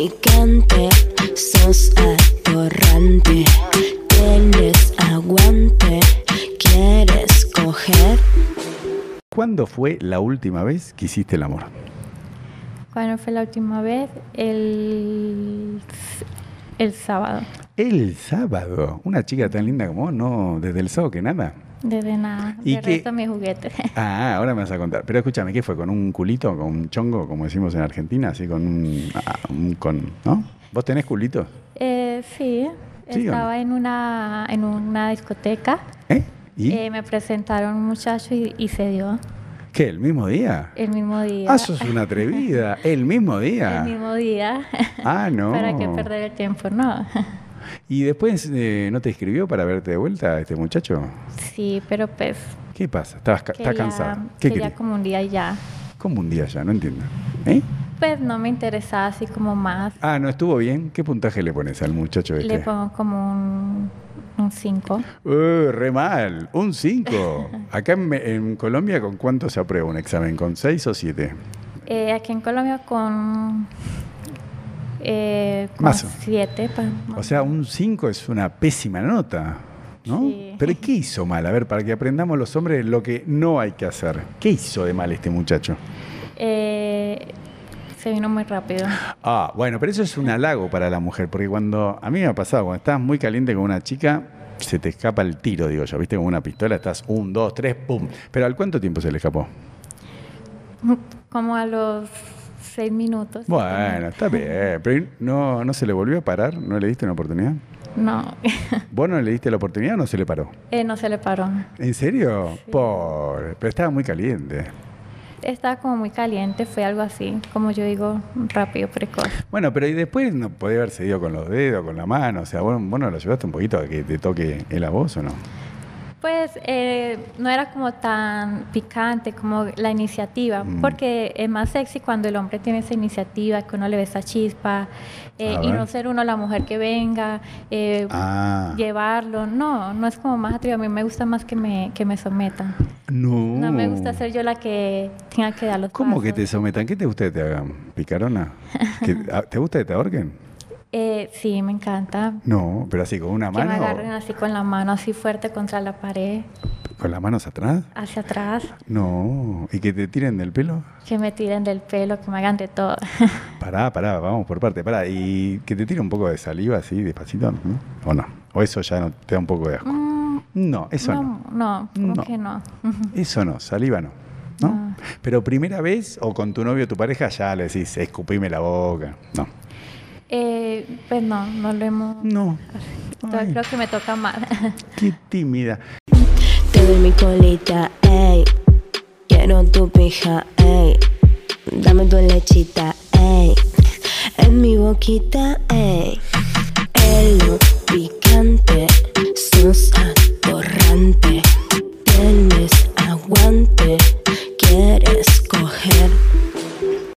atorrante, sos atorrante. Tienes aguante, quieres coger. ¿Cuándo fue la última vez que hiciste el amor? ¿Cuándo fue la última vez? El, el sábado. El sábado. Una chica tan linda como vos, no, desde el sábado que nada. Desde nada. ¿Y de qué- resto mis juguetes. Ah, ahora me vas a contar. Pero escúchame, ¿qué fue? ¿Con un culito? ¿Con un chongo? Como decimos en Argentina, así con un. ah, un- con, ¿No? ¿Vos tenés culito? Eh, sí, Sí, ¿o no? estaba en una en una discoteca. ¿Eh? ¿Y? Eh, me presentaron un muchacho y, y se dio ¿Qué? ¿El mismo día? el mismo día. Ah, sos una atrevida. ¿El mismo día? El mismo día. Ah, no. ¿Para qué perder el tiempo? No. ¿Y después eh, no te escribió para verte de vuelta este muchacho? Sí, pero pues. ¿Qué pasa? Estabas ca- Está quería- cansada. ¿Qué quería querés? como un día y ya. ¿Cómo un día ya? No entiendo. ¿Eh? Pues no me interesaba así como más. Ah, ¿no estuvo bien? ¿Qué puntaje le pones al muchacho este? Le pongo como un 5. Uh, re mal, un 5. Acá en, en Colombia, ¿con cuánto se aprueba un examen? ¿Con 6 o 7? Eh, aquí en Colombia con... Eh, con Mazo. siete, pues, O sea, un 5 es una pésima nota, ¿no? Sí. Pero ¿qué hizo mal? A ver, para que aprendamos los hombres lo que no hay que hacer. ¿Qué hizo de mal este muchacho? eh, se vino muy rápido. Ah, bueno, pero eso es un halago para la mujer, porque cuando a mí me ha pasado, cuando estás muy caliente con una chica, se te escapa el tiro, digo yo, ¿viste? Con una pistola estás un, dos, tres, pum. Pero ¿al cuánto tiempo se le escapó? Como a los seis minutos. siete Bueno, está bien, pero no, no se le volvió a parar, no le diste una oportunidad. minutos. No, ¿Vos no le diste la oportunidad o no se le paró? eh, no se le paró. ¿En serio? Pobre, pero estaba muy caliente. Estaba como muy caliente, fue algo así, como yo digo, rápido, precoz. Bueno, pero y después no podía haber seguido con los dedos, con la mano, o sea, vos, vos no lo ayudaste un poquito a que te toque él a vos o no. Pues eh, no era como tan picante como la iniciativa, Mm. porque es más sexy cuando el hombre tiene esa iniciativa, que uno le ve esa chispa, eh, A y ver. no ser uno la mujer que venga, eh, Ah, llevarlo. No, no es como más atractivo. A mí me gusta más que me, que me sometan. no. No me gusta ser yo la que tenga que dar los Uh. ¿Cómo pasos. que te sometan? ¿Qué te gusta que te hagan? ¿Picarona? ¿Que- ah, ¿Te gusta que te ahorquen? Eh, sí, me encanta. No, pero así, con una Que me mano, agarren así con la mano, así fuerte contra la pared, con las manos atrás. hacia atrás, No, y que te tiren del pelo. que me tiren del pelo, que me hagan de todo. Pará, pará, vamos por parte, pará. Y que te tire un poco de saliva así, despacito, ¿no? ¿O no? ¿O eso ya no te da un poco de asco? Mm, No, eso no. no, no, como No. que no. Eso no, saliva no. ¿No? No. Pero primera vez o con tu novio o tu pareja ya le decís, escupime la boca. No. Eh, pues no, no lo hemos. No. Entonces Ay, creo que me toca mal. qué tímida. Te doy mi colita, ey. Quiero tu pija, ey. Dame tu lechita, ey. En mi boquita, ey. Elo picante, sos